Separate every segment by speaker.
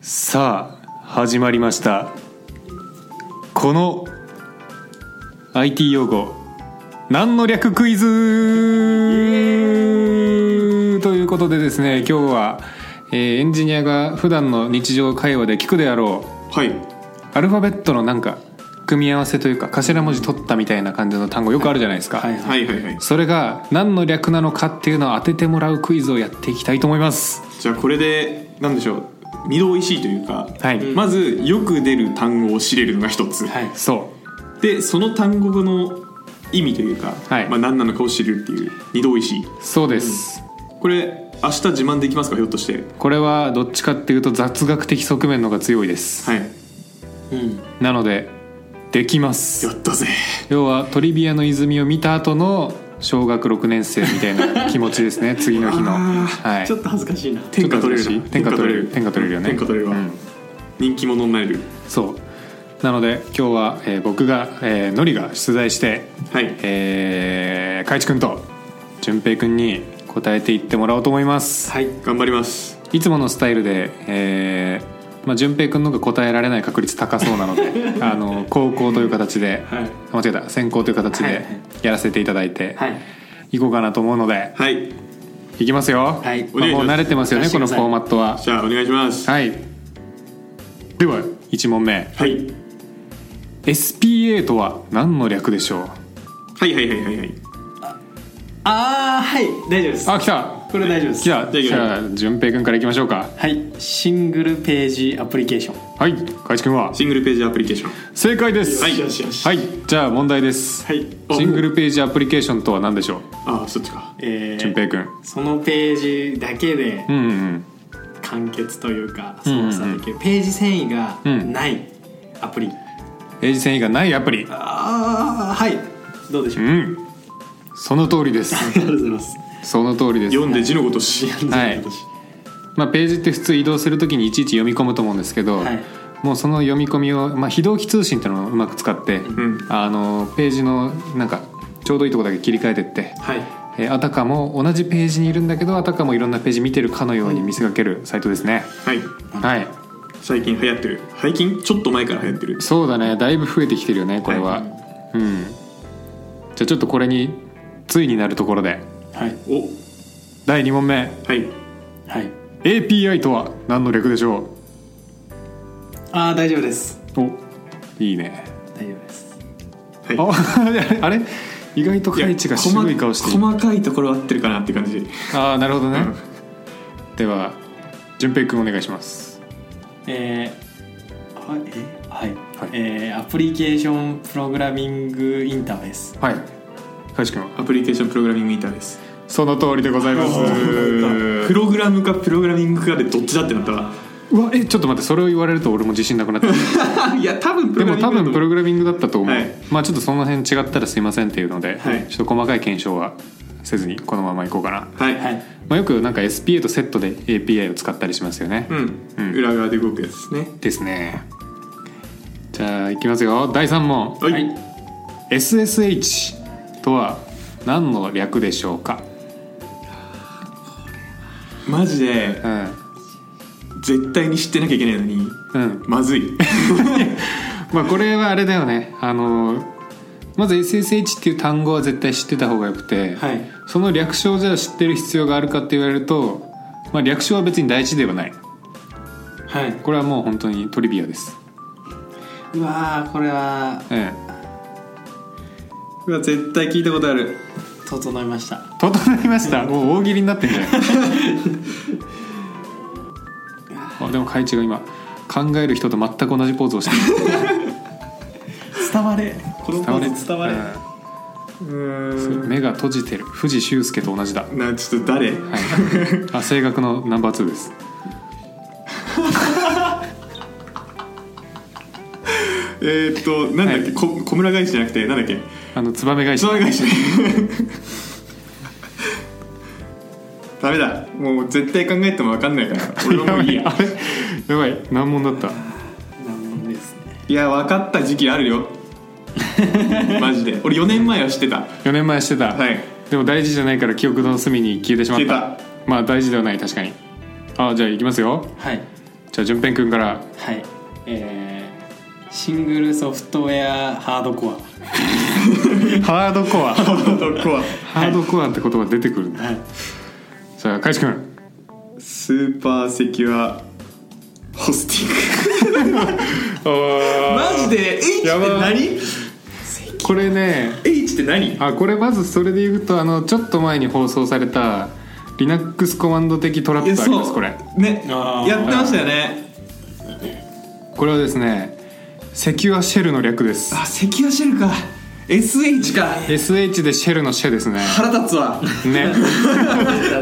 Speaker 1: さあ始まりましたこの IT 用語何の略クイズということでですね今日は、えーエンジニアが普段の日常会話で聞くであろ
Speaker 2: はい。
Speaker 1: うアルファベットのなんか組み合わせというか頭文字取ったみたいな感じの単語よくあるじゃないですか、
Speaker 2: はいはいはい。
Speaker 1: それが何の略なのかっていうのを当ててもらうクイズをやっていきたいと思います
Speaker 2: じゃあこれで、なんでしょう。二度おいしいというか、
Speaker 1: はい
Speaker 2: まずよく出る単語を知れるのが一つ、
Speaker 3: はい
Speaker 1: そ
Speaker 2: でその単語の意味というか、
Speaker 1: はい
Speaker 2: まあ、何なのかを知るっていう二度おいしいう
Speaker 1: そうです、
Speaker 2: これ明日自慢できますかひょっとして
Speaker 1: これはどっちかっていうと雑学的側面の方が強いです
Speaker 2: はい
Speaker 3: うん
Speaker 1: なのでできます
Speaker 2: やったぜ
Speaker 1: 要はトリビアの泉を見た後の小学6年生みたいな気持ち ですね次の日の
Speaker 2: あー
Speaker 1: はい
Speaker 3: ちょっと恥ずかしいな
Speaker 2: 天下取れるな
Speaker 1: 天下取れる天下取れるよね
Speaker 2: 天下取れるわ、
Speaker 1: うん
Speaker 2: 人気者になれる
Speaker 1: そうなので今日は、えー僕が、えーのりが出題して、
Speaker 2: はい
Speaker 1: えー、かいちくんとじゅんぺいくんに答えていってもらおうと思います
Speaker 3: はい
Speaker 2: 頑張ります
Speaker 1: いつものスタイルで、えーまあ、順平君の方が答えられない確率高そうなの であの高校という形で、
Speaker 3: はい
Speaker 1: あ間違えた先行という形
Speaker 3: はいは
Speaker 1: で
Speaker 3: い
Speaker 1: やらせていただいて、
Speaker 3: はい
Speaker 1: い、こうかなと思うので
Speaker 2: はい
Speaker 1: いきますよ、
Speaker 3: はい
Speaker 1: まあ
Speaker 2: お願いします
Speaker 1: もう慣れてますよね
Speaker 3: 出して
Speaker 1: こ
Speaker 3: く
Speaker 1: のフ
Speaker 3: ださ
Speaker 1: ォー
Speaker 3: い
Speaker 1: マットは
Speaker 2: じゃあお願いします
Speaker 1: はいでは1問目
Speaker 2: はい、
Speaker 1: SPA とは何の略でしょう
Speaker 2: はい、はいはいはいはい
Speaker 3: ああはい大丈夫です
Speaker 1: あ来た
Speaker 3: これ大丈夫です
Speaker 1: 来た
Speaker 2: じ
Speaker 1: じ
Speaker 2: ゃ
Speaker 1: ゃ
Speaker 2: あ
Speaker 1: あ順平君からいきましょうか
Speaker 3: はいシングルページアプリケーション
Speaker 1: はい海地君は
Speaker 2: シングルページアプリケーション
Speaker 1: 正解です
Speaker 2: はい
Speaker 3: よしよし
Speaker 1: はいじゃあ問題です、
Speaker 3: はい
Speaker 2: あ
Speaker 1: シングルページアプリケーションとは何でしょう
Speaker 2: ああそっちか
Speaker 3: え
Speaker 1: 順平
Speaker 3: ー、
Speaker 1: 君
Speaker 3: そのページだけで
Speaker 1: うんうん
Speaker 3: 完結というか
Speaker 1: んうんう
Speaker 3: 操
Speaker 1: ん
Speaker 3: 作できるページ遷移が
Speaker 1: うん
Speaker 3: ないアプリ、
Speaker 1: エイジ繊維がないアプリ
Speaker 3: ああはいどうでしょ
Speaker 1: う
Speaker 3: う、
Speaker 1: んその通りです
Speaker 3: ありがとうございます
Speaker 1: その通りです
Speaker 2: 読んで字のごとし
Speaker 1: はいまあ、ページって普通移動するときにいちいち読み込むと思うんですけど、
Speaker 3: はい
Speaker 1: もうその読み込みを、まあ、非同期通信っていうのをうまく使って、
Speaker 2: ん
Speaker 1: あのページのなんかちょうどいいとこだけ切り替えてって、
Speaker 3: はい
Speaker 1: えーあたかも同じページにいるんだけどあたかもいろんなページ見てるかのように見せかけるサイトですね、
Speaker 2: はい
Speaker 1: はい
Speaker 2: 最近流行ってる最近ちょっと前から流行ってる
Speaker 1: そうだねだいぶ増えてきてるよねこれは、うんじゃあちょっとこれについになるところで
Speaker 3: はい
Speaker 2: お
Speaker 1: 第2問目
Speaker 2: はい
Speaker 3: はい
Speaker 1: API とは何の略でしょ
Speaker 3: ああ大丈夫です
Speaker 1: うおいいね
Speaker 3: 大丈夫です
Speaker 2: はい
Speaker 1: あ あれ意外とカイチが渋い顔して
Speaker 2: い
Speaker 1: る
Speaker 2: や細細かいところ合ってるかなって感じ
Speaker 1: ああなるほどね、では淳平くんお願いします
Speaker 3: えー、はいえは
Speaker 1: は
Speaker 3: い、
Speaker 1: い
Speaker 3: えーアプリケーションプログラミングインターフェース
Speaker 1: はいカイチくんは
Speaker 2: アプリケーションプログラミングインターです
Speaker 1: その通りでございます
Speaker 2: プログラムかプログラミングかでどっちだってなったわ
Speaker 1: うわえちょっと待ってそれを言われると俺も自信なくなってきた
Speaker 2: いや多分プ
Speaker 1: で
Speaker 2: ログ
Speaker 1: も
Speaker 2: ラミング
Speaker 1: 多分プロ
Speaker 2: グ
Speaker 1: グラミングだったと思う、
Speaker 2: はい
Speaker 1: まあちょっとその辺違ったらすいませんっていうので、
Speaker 2: はい
Speaker 1: ちょっと細かい検証はせずにこのままいこうかな、
Speaker 2: はい、
Speaker 3: はい
Speaker 1: まあ、よくなんか SPA とセットで API を使ったりしますよね、
Speaker 2: うん、
Speaker 1: うん
Speaker 2: 裏側で動くやつですね
Speaker 1: ですねじゃあいきますよ第3問
Speaker 2: はい、
Speaker 3: はい、
Speaker 1: SSH とは何の略でしょうか、
Speaker 2: マジで
Speaker 1: うん
Speaker 2: 絶対に知ってなきゃいけないのに
Speaker 1: うん
Speaker 2: まずい
Speaker 1: まあ、これはあれだよねあのまず SSH っていう単語は絶対知ってた方がよくて、
Speaker 3: はい
Speaker 1: その略称じゃあ知ってる必要があるかって言われると、まあ、略称は別に大事ではない
Speaker 3: はい、
Speaker 1: これはもう本当にトリビアです、
Speaker 3: うわーこれは
Speaker 1: ええ、
Speaker 2: うわ絶対聞いたことある
Speaker 3: 整いました
Speaker 1: 整いましたもう大喜利になってんじゃないあでも海地が今考える人と全く同じポーズをしてる
Speaker 3: 伝われこのポ
Speaker 1: 伝われ
Speaker 3: ーズ伝われ
Speaker 2: う
Speaker 1: う
Speaker 2: ー
Speaker 1: ん
Speaker 2: ん
Speaker 1: 目が閉じてる藤修介と同じだ、 はい、
Speaker 2: なちょっと誰
Speaker 1: あ声楽のナンバー2です
Speaker 2: えー、っとなんだっけ、こ小村返しじゃなくてなんだっけ
Speaker 1: あの燕返し
Speaker 2: 小村返し ダメだもう絶対考えても分かんないから俺はもういいや
Speaker 1: あれやばい難問だった
Speaker 3: なんもですね
Speaker 2: いや分かった時期あ るよマジで俺4年前は知ってた
Speaker 1: 4年前してた、
Speaker 2: はい
Speaker 1: でも大事じゃないから記憶の隅に消えてしまった
Speaker 2: 消え
Speaker 1: まあ大事ではない確かにあじゃあいきますよ
Speaker 3: はい
Speaker 1: じゃあ順平君から
Speaker 3: はいえー、シングルソフトウェアハードコ
Speaker 1: ハードコアハ
Speaker 2: 男は
Speaker 1: ードコアって言葉出てくるん
Speaker 3: ア
Speaker 1: だ
Speaker 3: はい
Speaker 1: じゃあかいし君
Speaker 2: スーパーセキュアホスティングマジで H って
Speaker 1: やば
Speaker 2: 何
Speaker 1: これね
Speaker 2: H って何
Speaker 1: あこれまずそれで言うとあのちょっと前に放送された Linux コマンド的トラ
Speaker 2: い
Speaker 1: ッ
Speaker 2: や
Speaker 1: プありま
Speaker 2: そ
Speaker 1: す
Speaker 2: う
Speaker 1: これ
Speaker 2: ね
Speaker 3: あー
Speaker 2: やってましたよね
Speaker 1: これはですねセキュアシェルの略です
Speaker 2: あセキュアシェルか SH か
Speaker 1: SH でシェルのシェですね
Speaker 2: 腹立つ わ
Speaker 1: ね
Speaker 3: 出た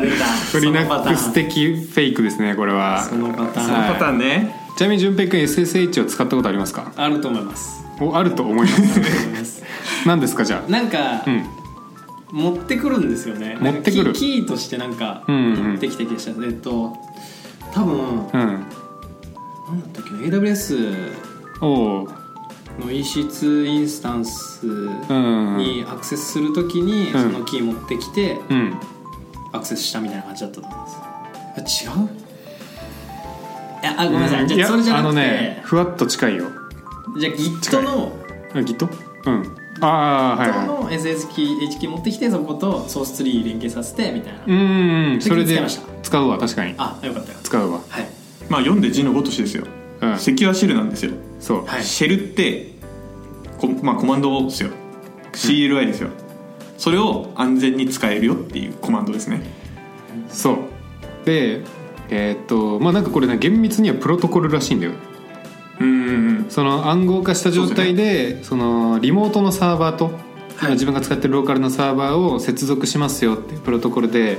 Speaker 3: 出 たそのパターン
Speaker 1: Linux 的フェイクですねこれは
Speaker 3: そのパタ
Speaker 2: そ
Speaker 3: ー
Speaker 2: の
Speaker 3: ン
Speaker 2: パターンね
Speaker 1: ちなみに順平君 SSH を使ったことありますか
Speaker 3: あると思います
Speaker 1: おあると思います
Speaker 3: あると思います
Speaker 1: 何ですかじゃあ
Speaker 3: なんか、
Speaker 1: うん
Speaker 3: 持ってくるんですよね
Speaker 1: 持ってくる
Speaker 3: なんかキーキーとしてなんか
Speaker 1: うんうん
Speaker 3: 持ってきてきした、えっと多分
Speaker 1: うん
Speaker 3: 何だったっけな AWS
Speaker 1: おう
Speaker 3: の EC2 インスタンス
Speaker 1: うん
Speaker 3: にアクセスするときに
Speaker 1: うん
Speaker 3: そのキー持ってきて
Speaker 1: うん
Speaker 3: アクセスしたみたいな感じだったと思いますあ違ういやあごめんなさい、じゃあそれじゃなくて、
Speaker 1: いやあのねふわっと近いよ
Speaker 3: じゃあ Git の
Speaker 1: あ Git? うんああはいはい
Speaker 3: その SS キー H キー持ってきてそことソース3連携させてみたいな、
Speaker 1: うんうんそれ
Speaker 3: 使い
Speaker 1: で
Speaker 3: ました
Speaker 1: 使うわ確かに
Speaker 3: あよかったよかった
Speaker 1: 使うわ
Speaker 3: はい
Speaker 2: まあ読んで字のごとしですよ、
Speaker 1: うん
Speaker 2: セキュアシェルなんですよ、
Speaker 1: そう
Speaker 3: はい
Speaker 2: シェルってこまあ、コマンドですよ CLI ですよ、それを安全に使えるよっていうコマンドですね
Speaker 1: そうでえーっとまあなんかこれね厳密にはプロトコルらしいんだよ
Speaker 2: うんうんうん
Speaker 1: その暗号化した状態でそのリモートのサーバーと、今自分が使ってるローカルのサーバーを接続しますよっていうプロトコルで、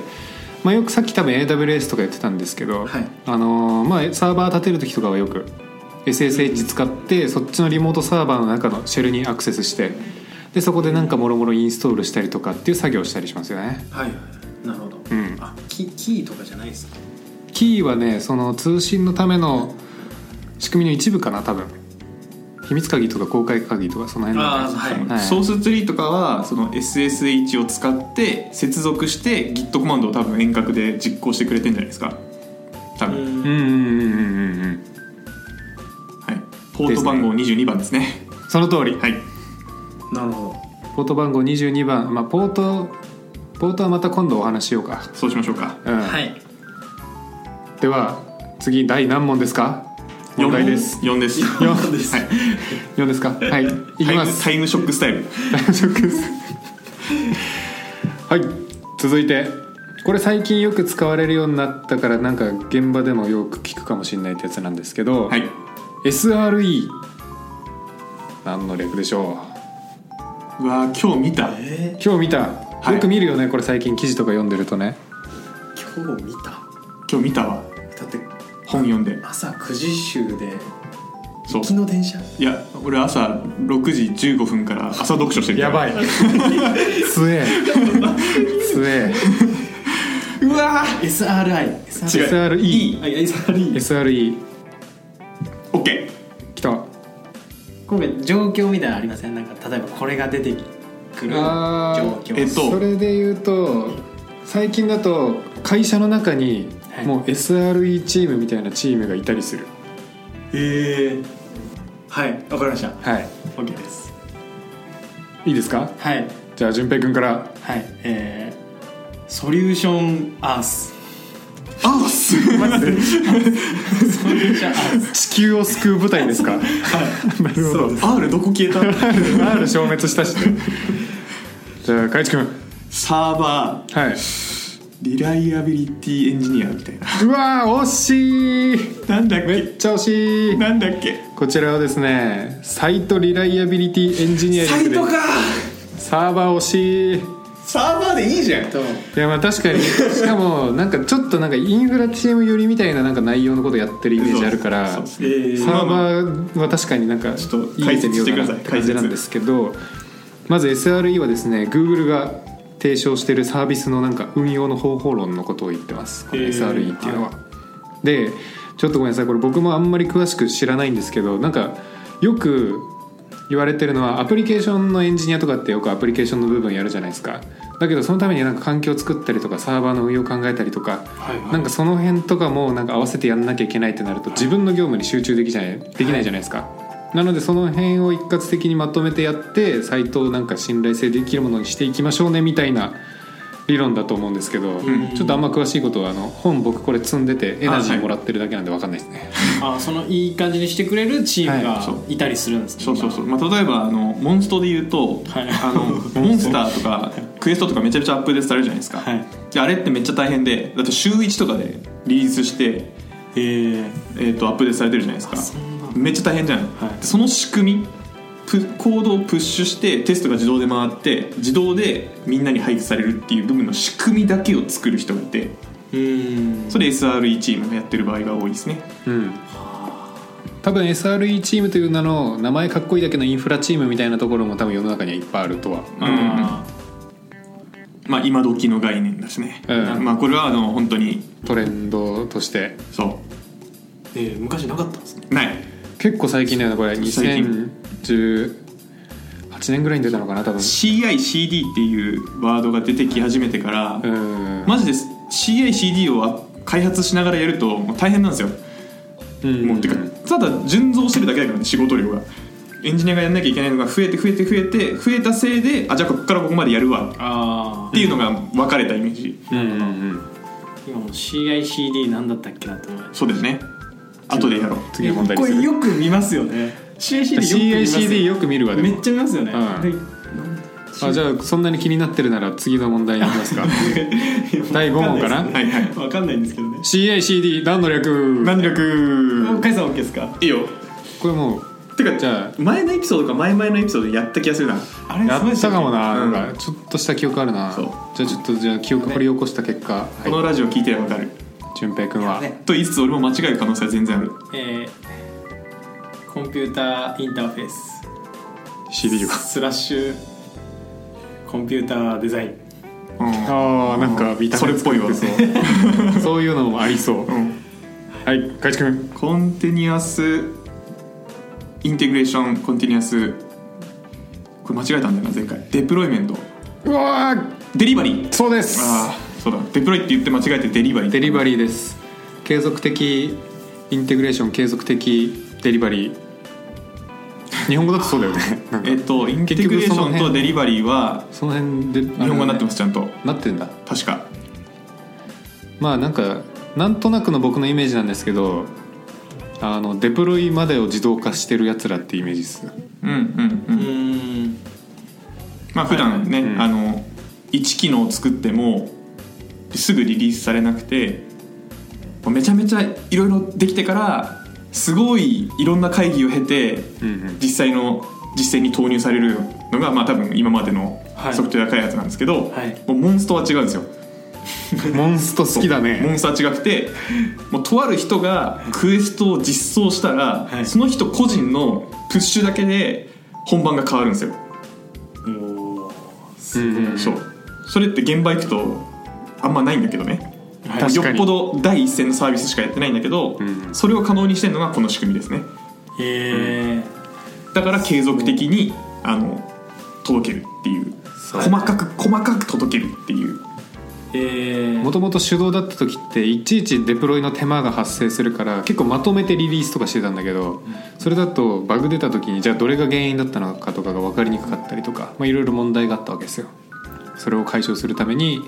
Speaker 1: まあ、よくさっき多分 AWS とか言ってたんですけど、
Speaker 3: はい
Speaker 1: あのーまあ、サーバー立てる時とかはよく SSH 使ってそっちのリモートサーバーの中のシェルにアクセスしてでそこでなんかもろもろインストールしたりとかっていう作業をしたりしますよね。
Speaker 3: はいはいなるほど、
Speaker 1: うん
Speaker 3: あキキーとかじゃないですか
Speaker 1: キーはねその通信のための仕組みの一部かな多分秘密鍵とか公開鍵とかその辺の
Speaker 3: あーはい
Speaker 1: はい
Speaker 2: ソース3とかはその SSH を使って接続して Git コマンドを多分遠隔で実行してくれてんじゃないですか多分、
Speaker 1: うんうんうんうんうんうん
Speaker 2: はい、ポート番号22番ですね
Speaker 1: その通り
Speaker 2: はい
Speaker 3: なるほど
Speaker 1: ポート番号22番、まあ、ポートポートはまた今度お話ししようか、
Speaker 2: そうしましょうか
Speaker 1: うん
Speaker 3: はい
Speaker 1: では次第何問ですか問題です
Speaker 2: 4です
Speaker 3: 4です
Speaker 2: はい
Speaker 1: 4ですかはいいき
Speaker 2: タイ
Speaker 1: ま
Speaker 2: ム
Speaker 1: す
Speaker 2: タイムショックスタイル
Speaker 1: 大丈夫です はい続いてこれ最近よく使われるようになったからなんか現場でもよく聞くかもしれないってやつなんですけど、
Speaker 2: はい
Speaker 1: SRE 何の略でしょ
Speaker 2: うわー今日見た
Speaker 1: う今日見た、
Speaker 2: い
Speaker 1: よく見るよねこれ最近記事とか読んでるとね
Speaker 3: 今日見た
Speaker 2: 今日見たわ
Speaker 3: だって
Speaker 2: 本読んで
Speaker 3: 朝9時集で
Speaker 2: そう
Speaker 3: 昨日電車
Speaker 2: いや俺朝6時15分から朝読書してる
Speaker 1: や ばい強え強え
Speaker 2: うわ
Speaker 3: SRI
Speaker 2: 違う
Speaker 1: SRE
Speaker 3: あいや SRE
Speaker 1: SRE
Speaker 2: OK
Speaker 1: 来た
Speaker 3: 今回状況みたいなのありませんなんか例えばこれが出てくる状
Speaker 1: あー
Speaker 3: 況
Speaker 2: えっと
Speaker 1: それで言うと最近だと会社の中に
Speaker 3: はい
Speaker 1: もう SRE チームみたいなチームがいたりする
Speaker 3: えー、はいわかりました
Speaker 1: は
Speaker 3: OK です
Speaker 1: いいいですか
Speaker 3: はい
Speaker 1: じゃあ淳平君から
Speaker 3: はいえー、ソリューションアース
Speaker 2: あす
Speaker 3: ソリューションア ース
Speaker 1: 地球を救う舞台ですか なるほど
Speaker 2: R どこ消えた
Speaker 1: R 消滅したしじゃあ海地君
Speaker 2: サーバー
Speaker 1: はい
Speaker 2: リライアビリティエンジニアみたいな
Speaker 1: うわー惜しい
Speaker 2: なんだっ
Speaker 1: めっちゃ惜しい
Speaker 2: なんだっけ
Speaker 1: こちらはですねサイトリライアビリティエンジニアリ
Speaker 2: サ
Speaker 1: ング
Speaker 2: イ
Speaker 1: で
Speaker 2: トか
Speaker 1: サーバー惜しい
Speaker 2: サーバーでいいじゃん
Speaker 3: と
Speaker 1: いやまあ確かにしかもなんかちょっとなんかインフラチーム寄りみたいななんか内容のことやってるイメージあるから
Speaker 2: そ
Speaker 1: サ
Speaker 2: うそう
Speaker 3: え
Speaker 1: ー
Speaker 2: まあま
Speaker 1: バ
Speaker 2: あ
Speaker 1: ーは確かになんか
Speaker 2: ちょっと
Speaker 1: いい点見ようかな
Speaker 2: 解説してください
Speaker 1: って感じなんですけどまず SRE はですね Google が提唱してるサービスのなんか運用の方法論のことを言ってますこの
Speaker 2: えー
Speaker 1: SRE っていうのは。でちょっとごめんなさいこれ僕もあんまり詳しく知らないんですけどなんかよく言われてるのはアプリケーションのエンジニアとかってよくアプリケーションの部分やるじゃないですかだけどそのためになんか環境を作ったりとかサーバーの運用を考えたりとか、
Speaker 2: はいはい
Speaker 1: なんかその辺とかもなんか合わせてやんなきゃいけないってなると自分の業務に集中できじゃないできないじゃないですか、なのでその辺を一括的にまとめてやってサイトをなんか信頼性できるものにしていきましょうねみたいな理論だと思うんですけど、
Speaker 2: ん
Speaker 1: ちょっとあんま詳しいことはあの本僕これ積んでてエナジ
Speaker 2: あ
Speaker 1: ー
Speaker 2: はい
Speaker 1: もらってるだけなんで分かんないですね、
Speaker 3: あそのいい感じにしてくれるチーム
Speaker 1: は
Speaker 3: が
Speaker 2: いそう
Speaker 3: いたりするんですね
Speaker 2: そうそうそう、まあ、例えばあのモンストで言うと、
Speaker 3: はい
Speaker 2: あ のモンスターとかクエストとかめちゃめちゃアップデートされるじゃないですか、
Speaker 3: はい
Speaker 2: であれってめっちゃ大変でだって週1とかでリリースして、
Speaker 3: へえ
Speaker 2: えー、とアップデートされてるじゃないです
Speaker 3: そ
Speaker 2: か
Speaker 3: んな
Speaker 2: めっちゃ大変じゃない、
Speaker 3: はい
Speaker 2: その仕組みプコードをプッシュしてテストが自動で回って自動でみんなに配布されるっていう部分の仕組みだけを作る人がいて
Speaker 3: うん
Speaker 2: それ SRE チームがやってる場合が多いですね
Speaker 1: うん多分 SRE チームという名の名前かっこいいだけのインフラチームみたいなところも多分世の中にはいっぱいあるとは
Speaker 3: あ
Speaker 2: まあ今時の概念だしね、
Speaker 1: うん
Speaker 2: まあこれはあの本当に
Speaker 1: トレンドとして
Speaker 2: そ
Speaker 3: ーえー昔なかったんですね
Speaker 2: うない
Speaker 1: 結構最近だよねこれ
Speaker 2: 最近
Speaker 1: 2018年ぐらいに出たのかな多分
Speaker 2: CICD っていうワードが出てき始めてから、
Speaker 1: うん、
Speaker 2: マジです CICD を開発しながらやるともう大変なんですよ、
Speaker 1: うん
Speaker 2: もうてかただ順増してるだけだからね仕事量がエンジニアがやんなきゃいけないのが増えて増えて増えて増えたせいであじゃあここからここまでやるわっ
Speaker 3: あ
Speaker 2: ていうのが分かれたイメージ、
Speaker 1: うんうんうん
Speaker 3: 今も CICD 何だったっけなって思いまし
Speaker 2: そうですね後でやろう
Speaker 1: 次の問題
Speaker 3: たこ
Speaker 1: にす
Speaker 3: れ
Speaker 1: る
Speaker 3: よく見ますよね CICD よく見ますよ
Speaker 1: CICD よく見るわで
Speaker 3: めっ
Speaker 1: も
Speaker 3: ちゃ見ますよね、
Speaker 1: うん
Speaker 3: で
Speaker 1: あじゃあそんなに気になってるなら次の問題に行きます か第五問か な
Speaker 2: はいはい
Speaker 3: わかんないんですけどね
Speaker 1: CICD 何の略
Speaker 2: 何力
Speaker 3: もう甲斐さん OK ですか
Speaker 2: いいよ
Speaker 1: これもう
Speaker 2: てか
Speaker 1: じゃ
Speaker 2: 前のエピソードか前々のエピソードでやった気がするな
Speaker 3: あれ
Speaker 1: やったかもな,、
Speaker 2: うん
Speaker 1: なんかちょっとした記憶あるな
Speaker 2: そう
Speaker 1: じゃあちょっとじゃあ記憶掘り起こした結果、
Speaker 2: こ
Speaker 1: は
Speaker 2: のラジオ聞いてれば分かる
Speaker 1: い、順平君は、
Speaker 3: ね
Speaker 2: と言いつつ俺も間違える可能性は全然ある
Speaker 3: えー、コンピューターインターフェース
Speaker 1: CD が
Speaker 3: スラッシュコンピューターデザイン
Speaker 2: うん
Speaker 1: ああなんかビタ
Speaker 2: それっぽいわ
Speaker 1: そうそういうのもありそう
Speaker 2: うん
Speaker 1: はい海地君
Speaker 2: コンティニュアスインテグレーションコンティニュアスこれ間違えたんだよな前回デプロイメント
Speaker 1: うわー
Speaker 2: デリバリー
Speaker 1: そうです
Speaker 2: ああそうだデプロイって言って間違えてデリバリー
Speaker 1: デリバ
Speaker 2: リ
Speaker 1: リーです継続的インテグレーション継続的デリバリ ー日本語だとそうだよねなんか
Speaker 2: えっとインテグレーシ
Speaker 1: 結局その
Speaker 2: ョンと
Speaker 1: 辺
Speaker 2: デリバリーは
Speaker 1: その辺で
Speaker 2: 日本語になってますすちゃんと
Speaker 1: なってんだ
Speaker 2: 確か
Speaker 1: まあなんかなんとなくの僕のイメージなんですけどあのデプロイまでを自動化してるやつらってイメージです
Speaker 2: うんうんうん
Speaker 3: ん
Speaker 2: まあ普段ね、
Speaker 1: うん
Speaker 2: あの1機能作ってもすぐリリースされなくてもうめちゃめちゃいろいろできてからすごいいろんな会議を経て
Speaker 1: うんうん
Speaker 2: 実際の実践に投入されるのがまあ多分今までの
Speaker 3: はい
Speaker 2: ソフトウェア開発なんですけど、
Speaker 3: はい
Speaker 2: もうモンストは違うんですよ
Speaker 1: モンスト好きだ
Speaker 2: モ
Speaker 1: ね
Speaker 2: ンストは違くてもうとある人がクエストを実装したら、
Speaker 3: はい
Speaker 2: その人個人のプッシュだけで本番が変わるんですよ
Speaker 3: おー
Speaker 1: う
Speaker 3: す
Speaker 1: ん
Speaker 3: ごい、
Speaker 1: うん
Speaker 2: そうそれって現場行くとあんまないんだけどね
Speaker 3: はい
Speaker 1: 確
Speaker 2: よ
Speaker 1: か
Speaker 2: っ
Speaker 1: に
Speaker 2: ぽど第一線のサービスしかやってないんだけど、
Speaker 1: ん
Speaker 2: それを可能にしてるのがこの仕組みですね
Speaker 3: え
Speaker 2: だから継続的にあの届けるっていう
Speaker 3: う
Speaker 2: 細かく細かく届けるっていう
Speaker 3: ー、えー
Speaker 1: もともと手動だった時っていちいちデプロイの手間が発生するから結構まとめてリリースとかしてたんだけどそれだとバグ出た時にじゃあどれが原因だったのかとかが分かりにくかったりとかまあいろいろ問題があったわけですよそれを解消するために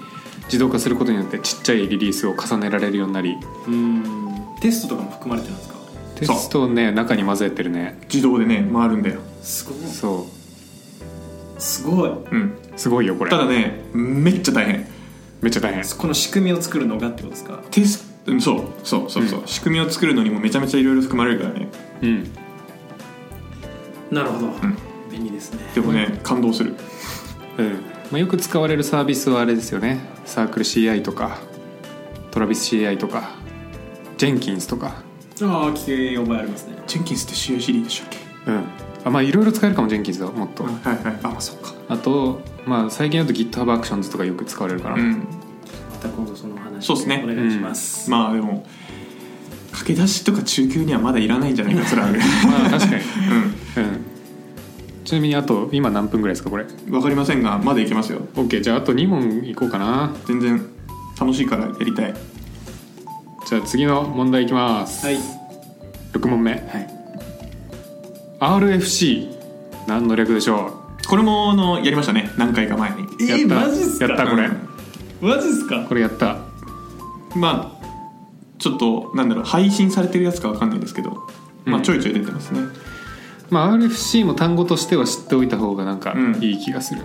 Speaker 1: 自動化することによってちっちゃいリリースを重ねられるようになり
Speaker 3: うんテストとかも含まれてるんですか
Speaker 1: テストをね中に混ぜてるね
Speaker 2: 自動でね回るんだよ、
Speaker 3: すごい
Speaker 1: そ
Speaker 3: すごい
Speaker 2: うん、
Speaker 1: うすごいよこれ
Speaker 2: ただねめっちゃ大変
Speaker 1: めっちゃ大変
Speaker 3: この仕組みを作るのがってことですか
Speaker 2: テスうんそうそうそうそう、仕組みを作るのにもめちゃめちゃいろいろ含まれるからね
Speaker 1: うん
Speaker 3: なるほど、
Speaker 2: ん
Speaker 3: 便利ですね
Speaker 2: でもね感動する
Speaker 1: うんまあ、よく使われるサービスはあれですよねサークル CI とかトラビス CI とかジェンキンスとか
Speaker 3: ああ聞き覚えありますね
Speaker 2: ジェンキンスって CICD でしたっけ、
Speaker 1: うんあまあいろいろ使えるかもジェンキンスはもっと、
Speaker 2: はいはいあまあそっか
Speaker 1: あとまあ最近だと GitHub Actions とかよく使われるから、
Speaker 2: うん
Speaker 3: また今度その話
Speaker 2: そうっすね
Speaker 3: お願いします、
Speaker 2: まあでも 駆け出しとか中級にはまだいらないんじゃないかそれはある
Speaker 1: まあ確かに
Speaker 2: う
Speaker 1: うんちなみにあと今何分ぐらいですかこれ
Speaker 2: 分かりませんがまだいけますよ
Speaker 1: OK じゃああと2問いこうかな
Speaker 2: 全然楽しいからやりたい
Speaker 1: じゃあ次の問題いきます、
Speaker 3: はい
Speaker 1: 6問目
Speaker 3: はい
Speaker 1: RFC 何の略でしょ
Speaker 2: これもあのやりましたね何回か前に
Speaker 1: う
Speaker 3: え
Speaker 1: やった
Speaker 3: マジっすか
Speaker 1: やったこれ、
Speaker 2: うん
Speaker 3: マジっすか
Speaker 1: これやった
Speaker 2: まあちょっとなんだろう配信されてるやつかわかんないですけど、
Speaker 1: う
Speaker 2: まあ、
Speaker 1: ん
Speaker 2: ちょいちょい出てますね、
Speaker 1: まあ RFC も単語としては知っておいた方がなんか
Speaker 2: うん
Speaker 1: いい気がする、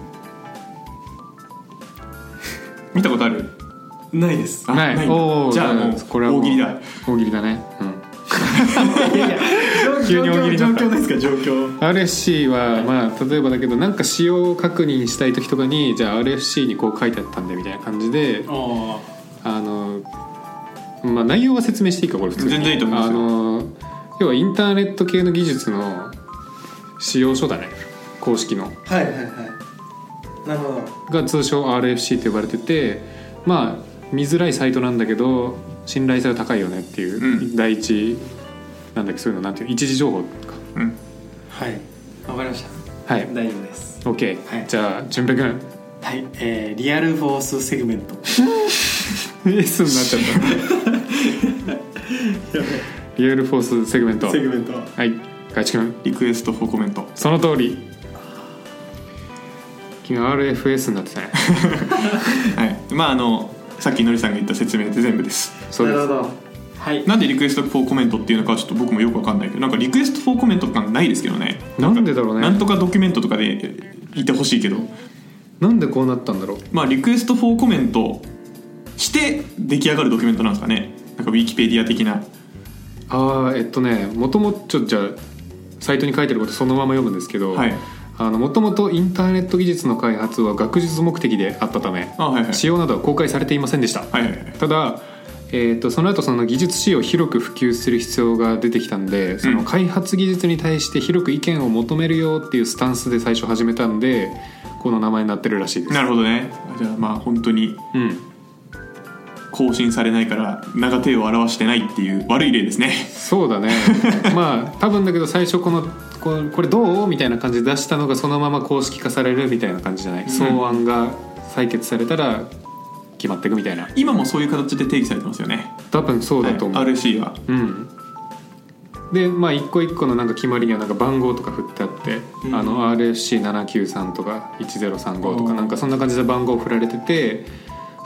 Speaker 2: 見たことある
Speaker 3: ないです
Speaker 2: あ
Speaker 1: ない
Speaker 2: ないんだ
Speaker 1: おー
Speaker 2: じゃあ
Speaker 1: な
Speaker 2: もう
Speaker 1: いこれはもう
Speaker 2: 大喜利だ
Speaker 1: 大喜利だねうん
Speaker 3: いやいや
Speaker 1: 急に大喜利にな
Speaker 3: 状
Speaker 1: った
Speaker 3: 況ですか状況
Speaker 1: RFC はまあ例えばだけどなんか使用確認したい時とかにじゃあ RFC にこう書いてあったんでみたいな感じで
Speaker 3: あ
Speaker 1: あのまあ内容は説明していいかこれ普通に
Speaker 2: 全然いいと思いますよ
Speaker 1: あの要はインターネット系の技術の使用書だね公式の
Speaker 3: あはいはいはいなるほど
Speaker 1: が通称 RFC と呼ばれててまあ見づらいサイトなんだけど信頼性は高いよねっていう、
Speaker 2: う
Speaker 1: 第一なんだっけそういうのなんていう一時情報とか
Speaker 2: うん
Speaker 3: はいわかりました
Speaker 1: はい
Speaker 3: 大丈夫です
Speaker 1: OK、
Speaker 3: はい
Speaker 1: じゃあ淳平 君
Speaker 3: はい、えー、リアルフォースセグメント
Speaker 1: S になっちゃったリアルフォースセグメント
Speaker 3: セグメント
Speaker 1: はい外地君
Speaker 2: リクエストフォーコメント
Speaker 1: その通り君 RFS になってたね
Speaker 2: はいまああのさっきのりさんが言った説明で全部です
Speaker 1: そうです
Speaker 3: どはい
Speaker 2: なんでリクエストフォーコメントっていうのかはちょっと僕もよくわかんないけどなんかリクエストフォーコメント感ないですけどね
Speaker 1: なんでだろうね
Speaker 2: なんとかドキュメントとかでいてほしいけど
Speaker 1: なんでこうなったんだろう
Speaker 2: まあリクエストフォーコメントして出来上がるドキュメントなんですかねなんかウィキペディア的な
Speaker 1: ああえっとねもともとちょっとじゃあサイトに書いてることそのまま読むんですけど
Speaker 2: はい
Speaker 1: もともとインターネット技術の開発は学術目的であったため
Speaker 2: あはいはい
Speaker 1: 使用などは公開されていませんでした、
Speaker 2: はいはいはい
Speaker 1: ただ、えー、とその後その技術使用を広く普及する必要が出てきたんでそうの
Speaker 2: ん
Speaker 1: 開発技術に対して広く意見を求めるよっていうスタンスで最初始めたんでこの名前になってるらしいです
Speaker 2: なるほどねじゃあまあ本当に
Speaker 1: うん、
Speaker 2: 更新されないから長手を表してないっていう悪い例ですね
Speaker 1: そうだね まあ多分だけど最初このこうこれどうみたいな感じで出したのがそのまま公式化されるみたいな感じじゃない、草案が採決されたら決まっていくみたいな
Speaker 2: 今もそういう形で定義されてますよね
Speaker 1: 多分そうだと思う、
Speaker 2: はい RC は
Speaker 1: うん、でまあ一個一個のなんか決まりにはなんか番号とか振ってあって、
Speaker 3: うん
Speaker 1: あの RFC793 とか1035と
Speaker 2: お
Speaker 1: か
Speaker 2: ー
Speaker 1: なんかそんな感じで番号振られてて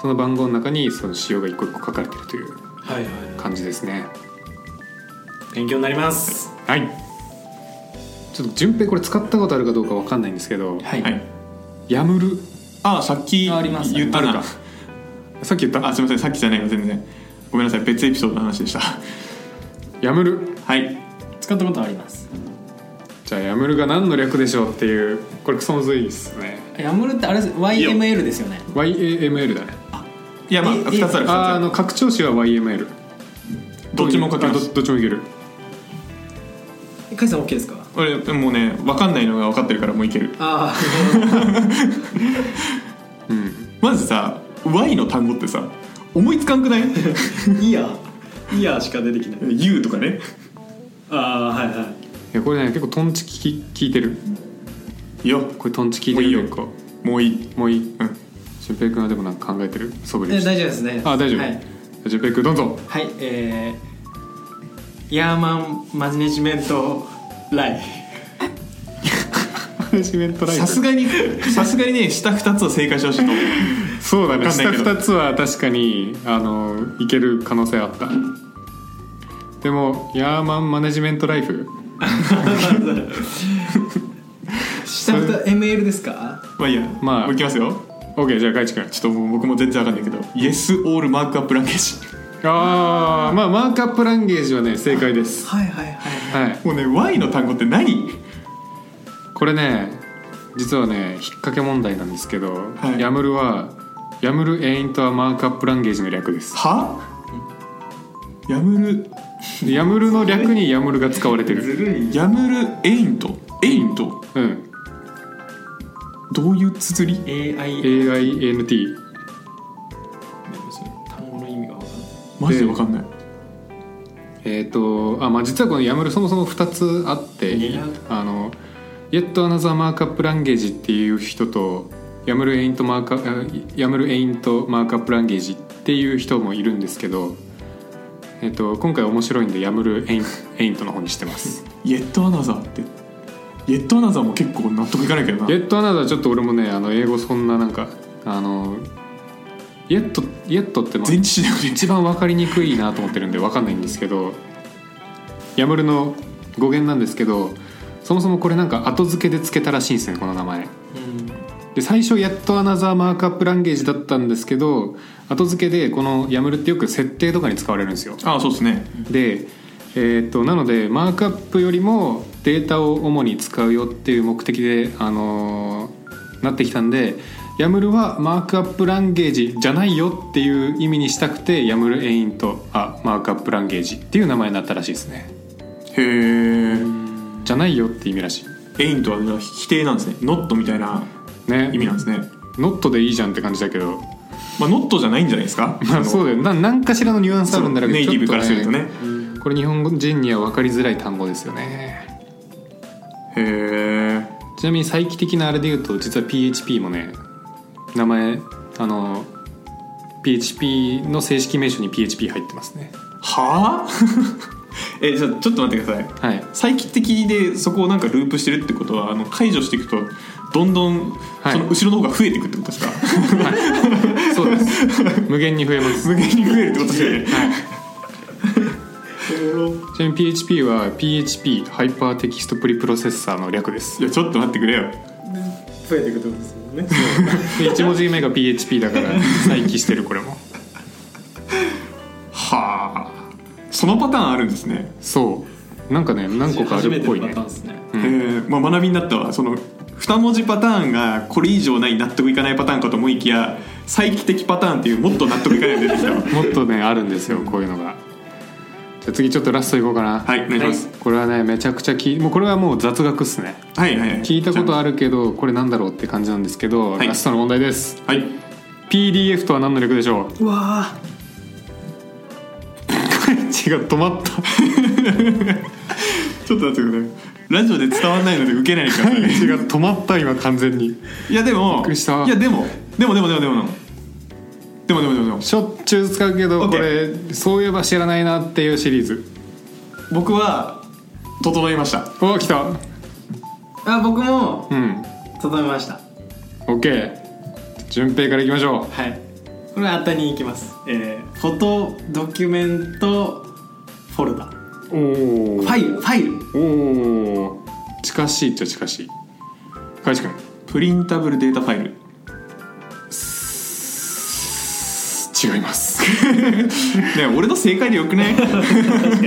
Speaker 1: その番号の中にその仕様が一個一個書かれてるという
Speaker 3: はいは
Speaker 1: 感じですね
Speaker 3: い勉強になります
Speaker 1: はいちょっと順平これ使ったことあるかどうかわかんないんですけど
Speaker 3: は
Speaker 2: はい
Speaker 1: 「やむる
Speaker 2: あさっき
Speaker 3: あります
Speaker 2: 言った
Speaker 1: ある
Speaker 2: な
Speaker 1: か」さっき言った
Speaker 2: あすいませんさっきじゃないわ全然ごめんなさい別エピソードの話でした
Speaker 1: 「やむる
Speaker 2: はい
Speaker 3: 使ったことあります」
Speaker 1: じゃあ「やむる」が何の略でしょうっていうこれクソむずいですね
Speaker 3: ヤムルってあれです YML ですよね
Speaker 1: YAML だね
Speaker 2: いやまあ
Speaker 3: ええ
Speaker 2: 2つある2つ
Speaker 1: あー
Speaker 2: あ
Speaker 1: あ
Speaker 2: る
Speaker 1: の拡張子は YML
Speaker 2: どっちも書けま
Speaker 1: あ
Speaker 2: す
Speaker 1: どどっちもいける
Speaker 3: カイさん OK ですか
Speaker 2: 俺もうね分かんないのが分かってるからもういける
Speaker 3: あ
Speaker 1: うん
Speaker 2: まずさ Y の単語ってさ思いつかん くない
Speaker 3: あイヤーイヤーしか出てきない
Speaker 2: ?U とかね
Speaker 3: ああはいは
Speaker 1: い
Speaker 3: い
Speaker 1: やこれね結構トンチキ聞いてる
Speaker 2: いや
Speaker 1: これトンチ聞い
Speaker 2: も
Speaker 1: て
Speaker 2: ういい
Speaker 1: る
Speaker 2: よ
Speaker 1: 結構
Speaker 2: もういい
Speaker 1: もういい
Speaker 2: うん
Speaker 1: 淳平君はでもなんか考えてるそぶりし
Speaker 3: え
Speaker 1: て
Speaker 3: 大丈夫ですね
Speaker 1: あ大丈夫
Speaker 3: はい、
Speaker 1: 淳平君どうぞ
Speaker 3: はい、えー、ヤーマンマネジメントライ
Speaker 1: マネジメントライ
Speaker 2: さすがにさすがにね下2つは正解してほしいと思う
Speaker 1: そうだね
Speaker 2: わかんな
Speaker 1: 下
Speaker 2: いけど
Speaker 1: 2つは確かにあのいける可能性あったでもヤーマンマネジメントライフ
Speaker 3: 下
Speaker 1: そ
Speaker 3: 2 ML ですか
Speaker 2: まあいいや
Speaker 1: まあ
Speaker 2: もういきますよ
Speaker 1: OK じゃあ外地君
Speaker 2: ちょっともう僕も全然分かんないけど Yes all マークアップランゲージ
Speaker 1: ああまあマークアップランゲージはね正解です
Speaker 3: はいはいはい
Speaker 1: はい
Speaker 2: もうね Y の単語って何
Speaker 1: これね実はね引っ掛け問題なんですけど、
Speaker 2: はい
Speaker 1: ヤムルはヤムルエイントはマークアップランゲージの略です
Speaker 2: はやむる
Speaker 1: でヤムルの略にヤムルが使われてる
Speaker 2: るいやむるエイントエイント
Speaker 1: うん
Speaker 2: どういう綴り
Speaker 3: AI
Speaker 1: AINT
Speaker 3: 単語の意味が分かんない
Speaker 2: マジで分かんない
Speaker 1: えっ、とあまあ実はこのヤムルそもそも2つあって
Speaker 3: 狙う
Speaker 1: あの Yet Another Markup Language っていう人と YAML エイントマーカー YAML エイントマークアップランゲージっていう人もいるんですけど、えっと、今回面白いんで YAML エインエイントの方にしてます
Speaker 2: イエットアナザーってイエットアナザーも結構納得いかないけどな
Speaker 1: Yet Another ちょっと俺もねあの英語そんななんかあの Yet, Yet ってまあ
Speaker 2: 全知しなくて
Speaker 1: 一番分かりにくいなと思ってるんで分かんないんですけど YAML の語源なんですけどそもそもこれなんか後付けで付けたらしいんですねこの名前で最初やっとアナザーマークアップランゲージだったんですけど後付けでこの YAML ってよく設定とかに使われるんですよ
Speaker 2: ああそうですね
Speaker 1: で、えー、となのでマークアップよりもデータを主に使うよっていう目的で、あのーなってきたんで YAML はマークアップランゲージじゃないよっていう意味にしたくて YAML エイントあマークアップランゲージっていう名前になったらしいですね
Speaker 2: へえ
Speaker 1: じゃないよって意味らしい
Speaker 2: エインとは否定なんですねノットみたいな
Speaker 1: ね
Speaker 2: 意味なんですね
Speaker 1: ノットでいいじゃんって感じだけど
Speaker 2: まあノットじゃないんじゃないですか
Speaker 1: まあ そうだよな何かしらのニュアンスあるんだろうけ
Speaker 2: ネ
Speaker 1: ど
Speaker 2: イティブ
Speaker 1: ちょ
Speaker 2: か
Speaker 1: っ
Speaker 2: らするとね
Speaker 1: これ日本人には分かりづらい単語ですよね
Speaker 2: へえ
Speaker 1: ちなみに再帰的なあれで言うと実は PHP もね名前あの PHP の正式名称に PHP 入ってますね
Speaker 2: はあ えじゃあちょっと待ってください
Speaker 1: はい
Speaker 2: 再帰的でそこをなんかループしてるってことはあの解除していくとどんどん
Speaker 1: はい
Speaker 2: その後ろの方が増えていくってことですか、
Speaker 1: そうです無限に増えます
Speaker 2: 無限に増えるってことですよね、
Speaker 1: ちなみに PHP は PHP ハイパーテキストプリプロセッサーの略です
Speaker 2: い、やちょっと待ってくれよ
Speaker 4: 増えていくってことですもんね
Speaker 1: で1文字目が PHP だから再帰してるこれも
Speaker 2: はあそのパターンあるんですね、
Speaker 1: そうなんかね何個かあるっぽい
Speaker 4: 初めてのパ
Speaker 1: ね
Speaker 4: ターンですね
Speaker 1: うん
Speaker 2: えーまあ、学びになったわその2文字パターンがこれ以上ない納得いかないパターンかと思いきや再帰的パターンっていうもっと納得いかないの出てきたわ
Speaker 1: もっとねあるんですよこういうのがじゃあ次ちょっとラストいこうかな
Speaker 2: はいお願いします
Speaker 1: これはねめちゃくちゃきもうこれはもう雑学っすね
Speaker 2: はいはいはい
Speaker 1: 聞いたこと
Speaker 2: あ
Speaker 1: あるけどこれなんだろうって感じなんですけど、
Speaker 2: はい
Speaker 1: ラストの問題です
Speaker 2: はい
Speaker 1: PDF とは何の略でしょう
Speaker 3: うわ
Speaker 1: 違う止 まった
Speaker 2: ちょっと待ってくださいラジオで伝わらないので受けないでください
Speaker 1: 違う止まった今完全に
Speaker 2: いやでも
Speaker 1: くりした
Speaker 2: いやでもでもでもでもでもでもでもでもでも
Speaker 1: しょっちゅう使うけど
Speaker 2: OK
Speaker 1: これそういえば知らないなっていうシリーズ
Speaker 2: 僕は整いました
Speaker 1: お来た
Speaker 4: あ僕も
Speaker 1: うん
Speaker 4: 整えました
Speaker 1: OK 順平からいきましょ
Speaker 4: はいこれは当たりにいきますえーフォトドキュメントフォルダフ
Speaker 1: うおお
Speaker 4: ァイルファイル
Speaker 1: おお近しいっちゃ近しい海地君
Speaker 2: プリンタブルデータファイル
Speaker 1: 違います
Speaker 2: ね俺の正解でよくない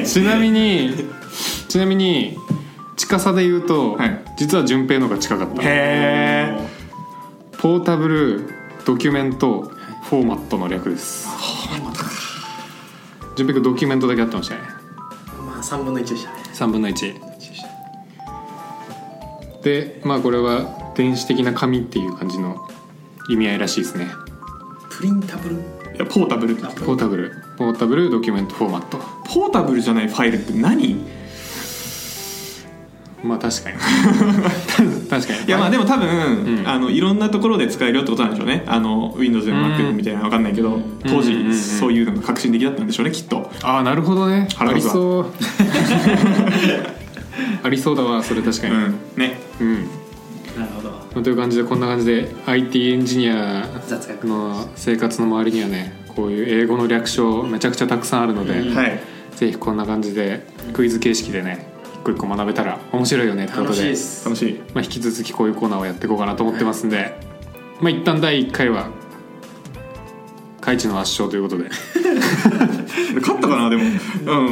Speaker 1: ちなみにちなみに近さで言うと、
Speaker 2: はい
Speaker 1: 実は順平の方が近かった
Speaker 2: へえ
Speaker 1: ポータブルドキュメントフォーマットの略です順平君ドキュメントだけあってましたね
Speaker 4: まあ3分の1でしたね
Speaker 1: 3分の1でまあこれは電子的な紙っていう感じの意味合いらしいですね
Speaker 4: プリンタブル
Speaker 2: いやポータブル
Speaker 1: ポータブルポータブルドキュメントフォーマット
Speaker 2: ポータブルじゃないファイルって何い
Speaker 1: まあ確かに 確かに
Speaker 2: やまあでも多分、
Speaker 1: うん
Speaker 2: あのいろんなところで使えるよってことなんでしょうねあの Windows でも
Speaker 1: うん
Speaker 2: Mac みたいなわかんないけど当
Speaker 1: うんうんう
Speaker 2: 時
Speaker 1: ん
Speaker 2: そういうのが革新的だったんでしょうねきっと
Speaker 1: ああなるほどね
Speaker 2: 腹
Speaker 1: あ
Speaker 2: 立
Speaker 1: り
Speaker 2: つわ
Speaker 1: そう ありそうだわそれ確か
Speaker 2: う
Speaker 1: に
Speaker 2: んね
Speaker 1: うん、
Speaker 4: なるほど
Speaker 1: まあという感じでこんな感じで IT エンジニア
Speaker 4: 雑学
Speaker 1: の生活の周りにはねこういう英語の略称めちゃくちゃたくさんあるので、
Speaker 2: はい
Speaker 1: ぜひこんな感じでクイズ形式でね一個一個学べたら面白いよねってこと
Speaker 4: 楽しい
Speaker 1: で
Speaker 4: で、す
Speaker 2: 楽しい
Speaker 1: まあ、引き続きこういうコーナーをやっていこうかなと思ってますんで、まあ一旦第1回は「海地の圧勝」ということで。
Speaker 2: 勝ったかなでもう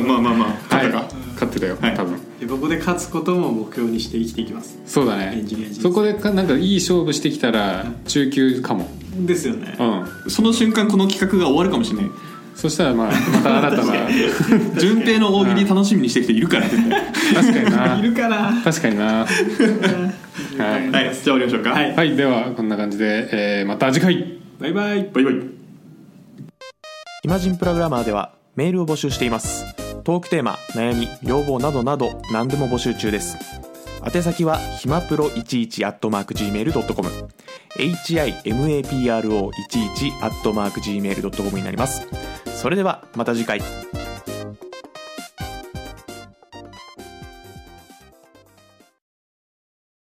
Speaker 2: んまあまあまあ勝ったか、
Speaker 1: 勝ってたよ、
Speaker 2: はい
Speaker 1: 多分
Speaker 4: でここで勝つことも目標にして生きていきます
Speaker 1: そうだ
Speaker 4: エ
Speaker 1: ね
Speaker 4: ンジニア人生
Speaker 1: そこでかなんかいい勝負してきたら中級かも
Speaker 4: ですよね
Speaker 1: うん
Speaker 2: その瞬間この企画が終わるかもしれ ない
Speaker 1: そしたらまあまた新たな
Speaker 2: 順平の大喜利楽しみにしてる人いるから絶対
Speaker 1: 確かにない
Speaker 4: るから
Speaker 1: 確かになはい、
Speaker 2: はいじゃあ終わりましょうか
Speaker 4: はい
Speaker 1: はい、ではこんな感じで、えーまた次回
Speaker 4: バイバイ
Speaker 2: バイバイ
Speaker 5: イマジンプログラマーではメールを募集していますトークテーマ悩み要望などなど何でも募集中です宛先はひまプロ11 at mark gmail.com himapro11 at mark gmail.com になりますそれではまた次回